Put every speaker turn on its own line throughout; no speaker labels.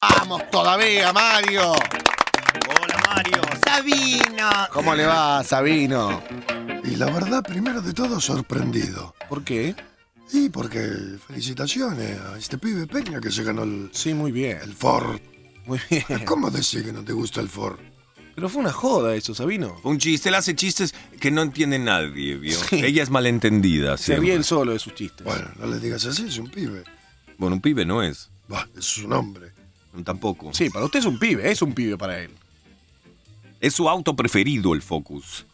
Vamos todavía, Mario.
Hola Mario, Sabino.
¿Cómo le va, Sabino?
Y la verdad, primero de todo, sorprendido.
¿Por qué?
Y porque felicitaciones a este pibe Peña que se ganó el,
Sí, muy bien.
el Ford.
Muy bien.
¿Cómo decir que no te gusta el Ford?
Pero fue una joda eso, Sabino.
Un chiste, él hace chistes que no entiende nadie, ¿vio? Ella es malentendida,
Se ríe
siempre.
él solo de sus chistes.
Bueno, no le digas así, es un pibe.
Bueno, un pibe no es,
Bah, es un hombre.
tampoco.
Sí, para usted es un pibe, es un pibe para él.
Es su auto preferido el Focus.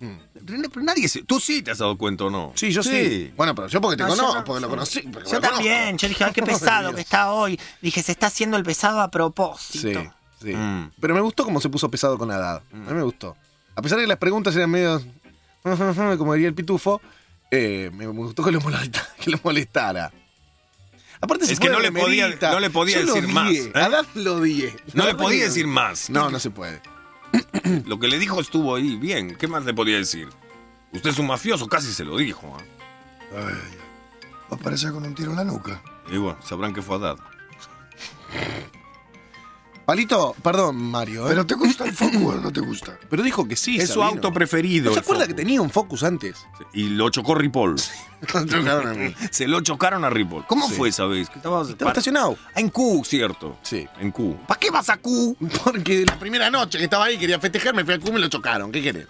Pero na- pero nadie se... Tú sí te has dado cuenta, ¿o no?
Hmm. Sí, yo sí. Bueno, pero yo porque te
No, yo
conozco,
no-
porque lo conocí. porque
Yo
lo conozco.
también, yo dije, ay, qué pesado que está hoy. Dije, se está haciendo el pesado a
Sí,
propósito.
sí.
Mm.
Pero me gustó cómo se puso pesado con la edad. A mí me gustó. A pesar de que las preguntas eran medio. como diría el pitufo, eh, me gustó que lo, molesta- que lo molestara. Aparte, se
Es que
fue
no
de
le podía-
remerita.
no le podía
Yo lo
decir más,
odié.
¿eh?
A Daz lo odié.
No le podía decir más.
No, no se puede.
Lo que le dijo estuvo ahí, bien. ¿Qué más le podía decir? Usted es un mafioso, casi se lo dijo. ¿ah?
Ay, va a aparecer con un tiro en la nuca.
Y bueno, sabrán que fue a dar.
Palito, perdón, Mario. ¿eh?
¿Pero te gusta el Focus o no te gusta?
Pero dijo que sí.
es su
Sabino.
auto preferido.
¿No se
el
acuerda que
Focus.
tenía un Focus antes?
Y lo chocó Ripoll.
Claro, no, no.
se lo chocaron a Ripoll. ¿Cómo
Sí.
fue esa vez? Que estabas-
Estaba estacionado.
Ah, en Q, cierto.
Sí.
En Q.
¿Para qué vas a Q? Porque la primera noche que estaba ahí quería festejar, me fui a Q y me lo chocaron. ¿Qué querés?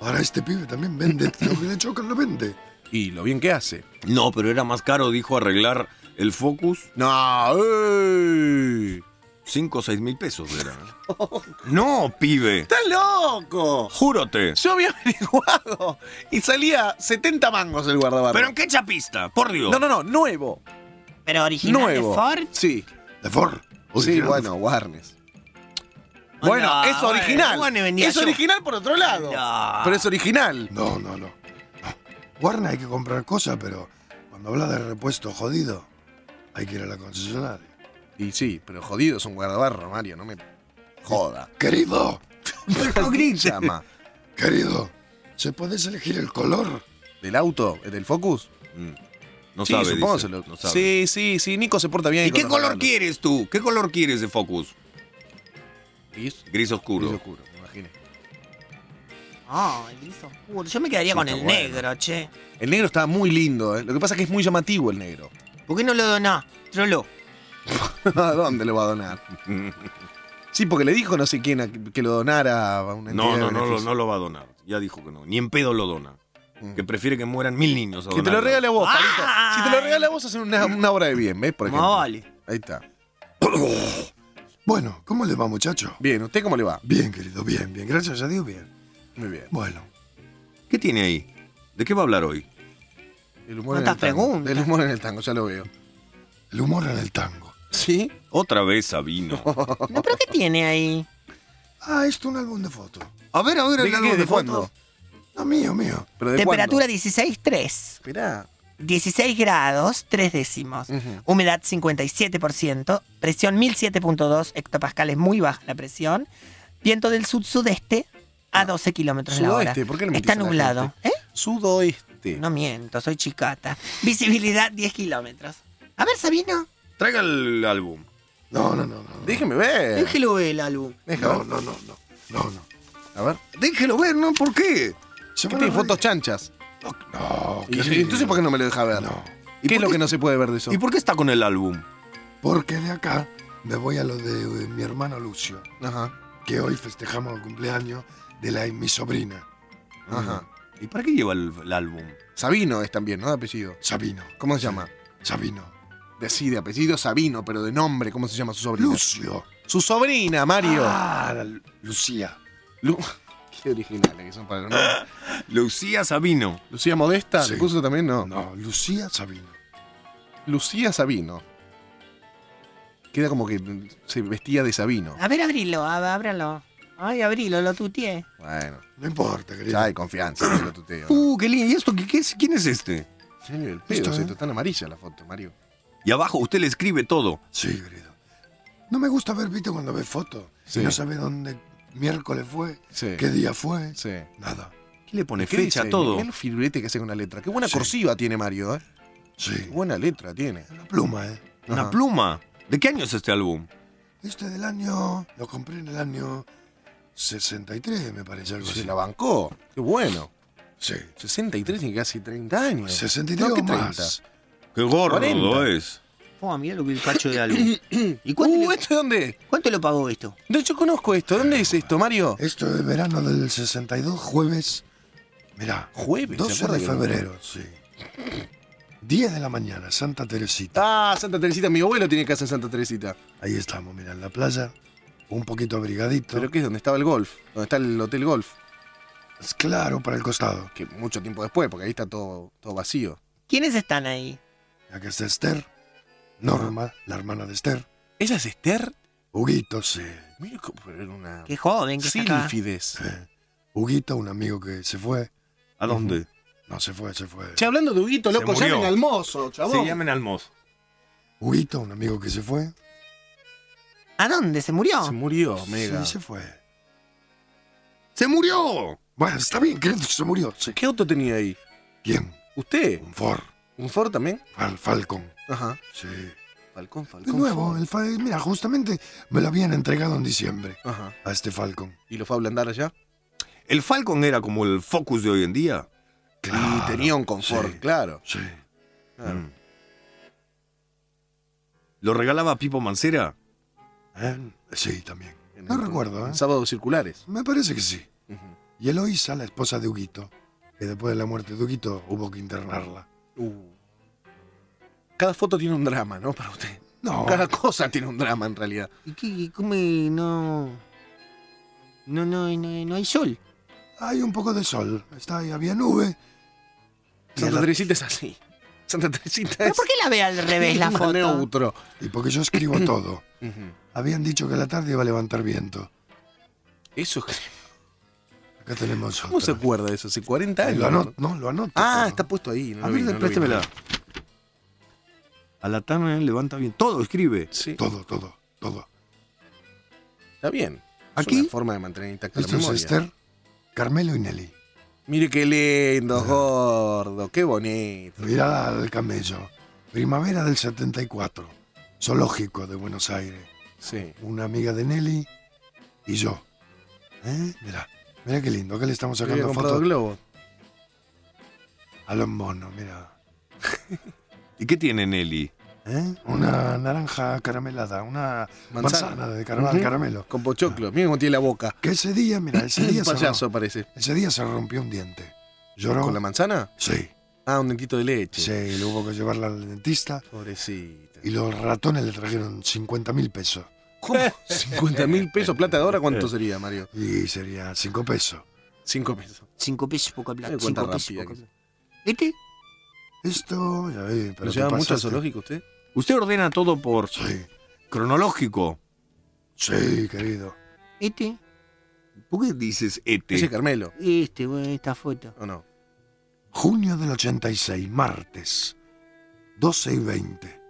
Ahora este pibe también vende. Lo que le chocan lo vende.
Y lo bien que hace.
No, pero era más caro, dijo, arreglar el Focus.
No, ey.
5 o 6 mil pesos era. no, pibe.
¡Estás loco!
Júrote.
Yo había averiguado y salía 70 mangos el guardabarro.
¿Pero en qué chapista? Por Dios.
No, no, no, nuevo.
Pero original
Nuevo.
de Ford.
Sí.
¿De Ford?
Sí,
Original.
bueno, Warnes.
No,
Bueno, es
bueno,
original.
bueno, venía
es
yo.
original por otro lado.
No.
Pero es original.
No, no, no. Ah, Warner hay que comprar cosas, pero cuando habla de repuesto jodido, hay que ir a la concesionaria.
Y sí, pero jodido es un guardabarro, Mario, no me joda.
Querido,
No Llama.
querido, ¿se puedes elegir el color?
¿Del auto? ¿Del Focus?
Mm. No
sí,
sabe,
supongo
dice.
se lo-
No sabe.
Sí, sí, sí, Nico se porta bien.
¿Y
con
qué
los
color
regalos.
quieres tú? ¿Qué color quieres de Focus?
Gris.
Gris oscuro.
Gris oscuro, me imagino.
No, el gris oscuro. Yo me quedaría
Sí,
con
está
el
bueno.
negro, che.
El negro está muy lindo, ¿eh? Lo que pasa es que es muy llamativo el negro.
¿Por qué no lo donás? Trolo.
¿A dónde lo va a donar? Sí, porque le dijo no sé quién a que que lo donara a una entidad
No,
de
no, no, lo-
beneficio.
no lo va a donar. Ya dijo que no. Ni en pedo lo dona.
Mm.
Que prefiere que mueran mil niños. a
Que te lo
donarlo.
regale a vos,
¡Ay!
Palito. Si te lo regala a vos, hacen una, una obra de bien, ¿ves? Por
Más
ejemplo.
vale.
Ahí está.
Bueno, ¿cómo le va, muchacho?
Bien, ¿usted cómo le va?
Bien, querido, bien, bien. Gracias a Dios, bien.
Muy bien.
Bueno,
¿Qué tiene ahí? ¿De qué va a hablar hoy?
El humor en
Cuántas
el tango.
preguntas.
El humor en el tango, ya lo veo.
el humor en el tango.
¿Sí?
Otra vez Sabino.
No, pero ¿qué tiene ahí?
Ah, esto es un álbum de fotos.
A ver, a ver,
¿De,
el
qué-
álbum
de
de fotos.
cuándo?
No, mío, mío.
¿Pero de
Temperatura 16,3.
cuándo? Esperá.
16 grados, 3 décimos.
Ujú.
Humedad 57%. Presión 1007.2 hectopascales, muy baja la presión. Viento del sud-sudeste a 12 kilómetros la hora.
Sudoeste, Ah. ¿por qué le mentís
Está
a la
nublado.
gente? Sudoeste.
¿Eh? No miento, soy chicata. Visibilidad 10 kilómetros. A ver, Sabino.
Traiga el álbum.
No, no, no, no. no.
Déjeme ver.
Déjelo eh, ver el álbum.
Déjame
No,
ver.
no, no, no. No, no.
A ver.
Déjelo ver, ¿no? ¿Por qué?
Se
¿Qué
van
tiene
a
fotos chanchas?
radio- No,
Y-
querido.
entonces, ¿por qué no me lo deja ver?
No.
¿Y ¿Qué
por
es lo
qué-
que no se puede ver de eso?
¿Y por qué está con el álbum?
Porque de acá me voy a lo de eh, mi hermano Lucio.
Ajá.
que hoy festejamos el cumpleaños de la, mi sobrina, Mm,
Ajá.
¿Y para qué lleva el, el álbum?
Sabino es también, ¿no? De apellido.
Sabino.
¿Cómo se llama?
Sabino.
De sí, de apellido Sabino, pero de nombre, ¿cómo se llama su sobrina?
Lucio.
Su sobrina, Mario.
Ah, la Lu- Lucía.
Lu- Qué originales que son para los nombres.
Lucía Sabino.
Lucía Modesta,
Sí.
¿le puso también? No.
No, Lucía Sabino.
Lucía Sabino. Queda como que se vestía de Sabino.
A ver, abrilo, ab- ábralo. Ay, abrilo, lo tuteé.
Bueno,
No importa, querido.
ya hay confianza, te lo tuteo.
Uh, qué lindo. ¿Y esto qué, qué es? ¿Quién es este?
Sí, el pedo,
Listo,
se
¿eh?
te- tan amarilla la foto, Mario.
Y abajo usted le escribe todo.
Sí, querido. No me gusta ver, viste, cuando ves fotos.
Sí.
Y No sabe dónde miércoles fue,
Sí.
qué día fue,
Sí.
nada.
¿Qué le pone
¿Qué
fecha
dice?
todo?
Mirá el firulete que hace con la letra. Qué buena
Sí.
cursiva tiene Mario, ¿eh?
Sí.
Buena letra tiene.
Una pluma, ¿eh?
Una
Ajá.
pluma. ¿De qué año es este álbum?
Este del año. Lo compré en el año 63, me parece algo
Se
así.
la bancó. Qué bueno.
Sí.
63 tiene casi 30 años.
63
No,
o
¿qué
más.
¡Qué gordo
40.
es!
Fua, mirá lo que el cacho de álbum. ¿Y
30? Uh,
cuánto, le-
¿esto de dónde es?
cuánto lo pagó esto?
No, yo conozco esto. ¿Dónde es esto, Mario?
Esto es verano del 62, jueves. Mirá.
Jueves, ¿se
12
acuerda
de
que no?
febrero, sí. 10 de la mañana, Santa Teresita.
Ah, Santa Teresita. Mi abuelo tiene casa en Santa Teresita.
Ahí estamos, mirá, en la playa. Un poquito abrigadito.
Pero que es donde estaba el golf. Donde está el hotel golf.
Es Claro, para el costado.
Que mucho tiempo después, porque ahí está todo, todo vacío.
¿Quiénes están ahí?
Acá está Esther. Norma, la hermana de Esther.
¿Esa es Esther?
Huguito, sí.
Mira cómo era una.
Qué joven que está acá.
Sílfides.
Huguito, un amigo que se fue.
¿A dónde?
No, se fue, se fue.
Che, hablando de Huguito,
Se
loco,
murió.
llamen al mozo, chabón.
Se llamen al mozo.
Huguito, un amigo que se fue.
¿A dónde? ¿Se murió?
Se
Oh,
murió, mega.
Sí, se fue.
¡Se murió!
Bueno, está bien, creo que se murió. Sí.
¿Qué auto tenía ahí?
¿Quién?
¿Usted?
Un Ford.
¿Un Ford también?
Fal- Falcon.
Ajá.
Sí.
Falcón,
De
Falcón.
nuevo,
Ford.
el Fa- mira, justamente me lo habían entregado en diciembre
Ajá.
a este Falcon.
¿Y lo fue a ablandar allá?
¿El Falcon era como el Focus de hoy en día?
y tenía un confort,
sí.
claro.
Sí.
Claro.
Mm. ¿Lo regalaba Pipo Mancera?
¿Eh? Sí, también.
En
No
el-
recuerdo, ¿eh?
en Sábados circulares.
Me parece que sí.
Ujú.
Y Eloisa, la esposa de Huguito, que después de la muerte de Huguito hubo que internarla.
Uh. Cada foto tiene un drama, ¿no? Para usted.
No,
Cada cosa tiene un drama en realidad.
¿Y qué? y ¿Cómo eh, no? No, no, no, no hay sol.
hay un poco de sol. Está ahí, había nube. Y, a
Santa
la-
Teresita es así. Santa Teresita
¿Pero
es
por qué la ve al revés la
clima
foto?
neutro.
y porque yo escribo todo.
Ujú.
Habían dicho que a la tarde iba a levantar viento.
Eso es-
Acá tenemos
¿Cómo se
otra.
acuerda de eso? Hace 40 años.
Lo anoto, no, lo anoto.
Ah,
todo.
está puesto ahí. No
A
lo
ver,
vi, no lo vi.
préstemela. A la tarde levanta bien. Todo escribe.
Sí,
Todo, todo, todo.
está bien. Es
Aquí-
una forma de mantener intacta la
Esto es
memoria.
Esther, Carmelo y Nelly.
Mire qué lindo, gordo. Qué bonito.
Mirada al camello. Primavera del 74. Zoológico de Buenos Aires.
Sí.
Una amiga de Nelly y yo. ¿Eh? Mirá, mirá qué lindo. Acá le estamos
Yo había
sacando
comprado
fotos
globo.
a los monos, mirá.
¿Y qué tiene Nelly?
¿Eh? Una naranja caramelada, una
Mm. Manzana.
manzana, de caramel,
Ujú.
caramelo.
Con
Ah.
pochoclo. Mira cómo tiene la boca.
Que ese día, mira, ese
Un
día, se,
payaso
rompió,
parece.
ese día se rompió un diente. Lloró.
¿Con la manzana?
Sí,
Ah, un dentito de leche.
sí, lo hubo que llevarla al dentista.
Pobrecita.
Y los ratones le trajeron 50 mil pesos.
¿Cómo? 50 mil pesos plata de ahora, ¿cuánto sería, Mario?
Y sería 5 pesos.
5 pesos.
Cinco pesos poca plata.
Ay, cuánta
Cinco pesos
rápida
poca
que
plata. ¿Este?
Esto, ya ve, pero
¿Lo
te
lleva mucho al
pasaste.
zoológico usted?
Usted ordena todo por
Sí,
cronológico.
sí, querido.
¿Este?
¿Por qué dices E ET?
Ese Carmelo,
Este, bueno, esta foto.
¿o no?
Junio del 86, martes, 12 y 20.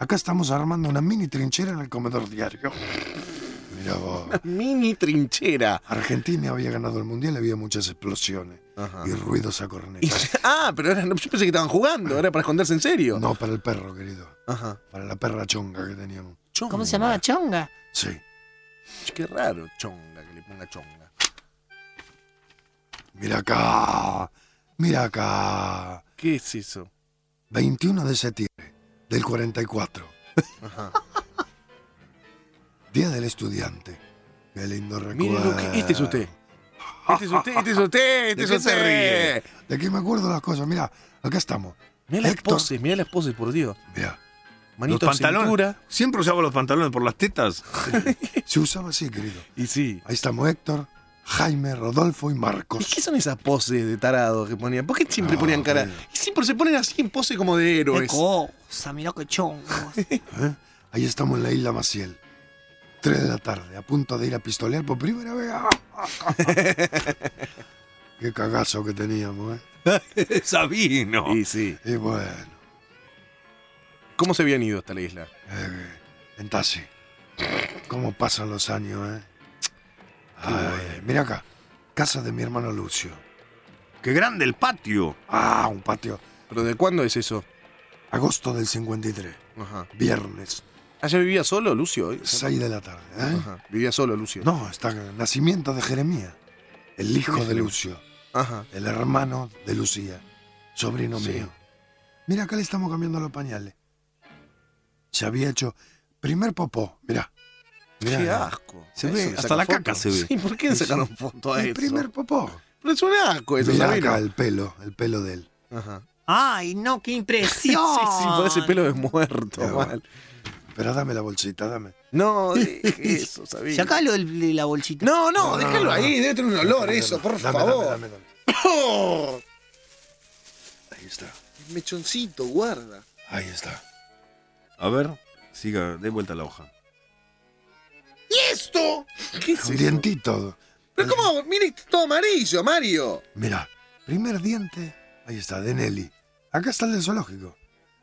Acá estamos armando una mini trinchera en el comedor diario. Mira vos.
Mini trinchera.
Argentina había ganado el mundial, había muchas explosiones
Ajá.
y ruidos a cornetas.
Ah, pero era- yo pensé que estaban jugando, era para esconderse en serio.
No, para el perro, querido.
Ajá.
Para la perra chonga que teníamos.
Chonga.
¿Cómo se llamaba? ¿Chonga?
Sí.
Qué raro, chonga, que le ponga chonga.
Mira acá. Mira acá.
¿Qué es eso?
21 de septiembre del 44.
Ajá.
Día del estudiante. Qué lindo recuerdo.
Mire lo que. Este es usted. Este es usted, este es usted, este
¿De
es
qué se
usted.
De aquí me acuerdo las cosas. Mira, acá estamos.
Mirá las
Héctor.
poses, mirá las poses, por Dios.
Mira,
Manito
los
en
pantalones.
cintura.
Siempre usaba los pantalones por las tetas.
se usaba así, querido.
Y sí.
Ahí estamos Héctor, Jaime, Rodolfo y
¿Y qué
Marcos.
son esas poses de tarado que ponían? ¿Por qué siempre
No,
ponían cara?
bueno.
Y siempre se ponen así en pose como de
¡Qué
héroes.
cosa! Mirá qué chongos.
¿eh? Ahí estamos en la isla Maciel. 3 de la tarde, a punto de ir a pistolear por primera vez. ¡Ah! Qué cagazo que teníamos, ¿eh?
Sabino.
Y sí.
Y bueno,
¿Cómo se habían ido hasta la isla?
eh, en taxi. ¿Cómo pasan los años, eh? Ay, mira acá, casa de mi hermano Lucio.
¡Qué grande el patio!
Ah, un patio.
¿Pero de cuándo es eso?
Agosto del 53.
Ajá.
Viernes,
¿Ayer vivía solo, Lucio? ¿eh?
6 de la tarde. ¿eh?
Ajá. Vivía solo, Lucio.
No, está nacimiento de Jeremías, el hijo de Lucio,
Ajá.
el hermano de Lucía, sobrino
Sí.
mío. Mira, acá le estamos cambiando los pañales. Se había hecho primer popó, mirá. Mirá,
Qué
mirá.
asco.
Se
Eso
ve,
le
hasta
sacan
la caca
fotos.
se ve.
Sí, ¿por qué le sacaron foto a
el
eso? Pues
primer popó.
Pero es un asco eso,
Mirá
Sabino.
acá el pelo, el pelo de él.
Ajá.
Ay, no, qué
Sí,
impresión.
sí, por ese pelo de muerto,
Qué
mal.
Pero dame la bolsita, dame.
No, deje eso, Sabino.
Sacalo del- de la bolsita.
No, no, déjalo ahí, debe tener un olor
Dame,
eso,
dame,
por
dame,
favor.
dame, dame, dame.
¡Oh!
Ahí está,
El mechoncito, guarda.
ahí está.
A ver, siga, dé vuelta la hoja.
¿Y esto? ¿Qué es
Un
eso?
dientito.
Pero cómo, mira, está todo amarillo, Mario.
Mirá, primer diente, ahí está, de Nelly. Acá está el del zoológico.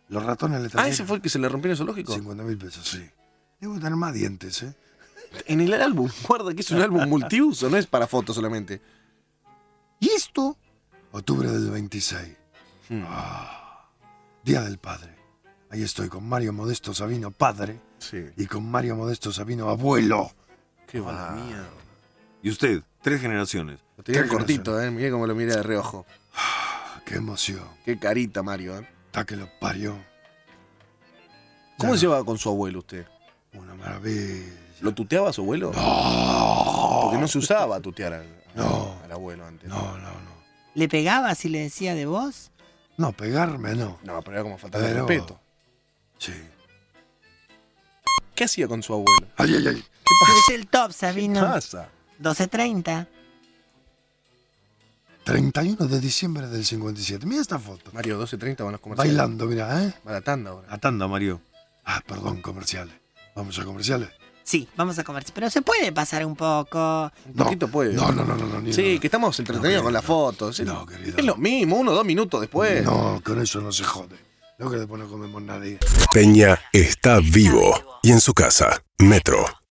Los ratones le trajeron.
Ah, el que se le rompió en el zoológico.
50 mil pesos, sí. Debo tener más dientes, ¿eh?
En el álbum, guarda que es un álbum multiuso, no es para fotos solamente.
¿Y esto? Octubre del 26. Ah, Día del Padre. Ahí estoy con Mario Modesto Sabino, padre,
Sí,
y con Mario Modesto Sabino, abuelo.
qué mala mía.
Y usted, tres generaciones.
Ah, Lo tenía
Qué
cortito, eh. Mirá cómo lo mira de reojo.
Ah, ¡Qué emoción!
Qué carita, Mario, eh.
¡Ta que lo parió!
¿Cómo
Claro.
se llevaba con su abuelo usted?
Una maravilla.
¿Lo tuteaba su abuelo?
¡No!
Porque no se usaba tutear al,
No.
al abuelo antes.
No, no, no.
¿Le pegabas y le decía de vos?
No, pegarme no.
No, pero era como faltar de
Pero-
respeto.
Sí.
¿Qué hacía con su abuelo?
¡Ay, ay, ay!
Es el top, Sabino.
Pasa.
12.30.
31 de diciembre del 57. Mira esta foto.
Mario, 12.30 van los comerciales.
Bailando, mira, ¿eh?
Va la tanda ahora.
A tanda, Mario.
Ah, perdón, comerciales. Vamos a comerciales.
Sí, vamos a comer. Pero se puede pasar un poco.
Un
No,
poquito puede.
No, no, no, no, no, ni-
Sí,
no.
que estamos entretenidos
No,
con las
querido.
fotos. sí.
No, querido.
Es lo mismo, uno o dos minutos después.
No, con eso no se jode. No que después no comemos nadie.
Peña está vivo y en su casa. Metro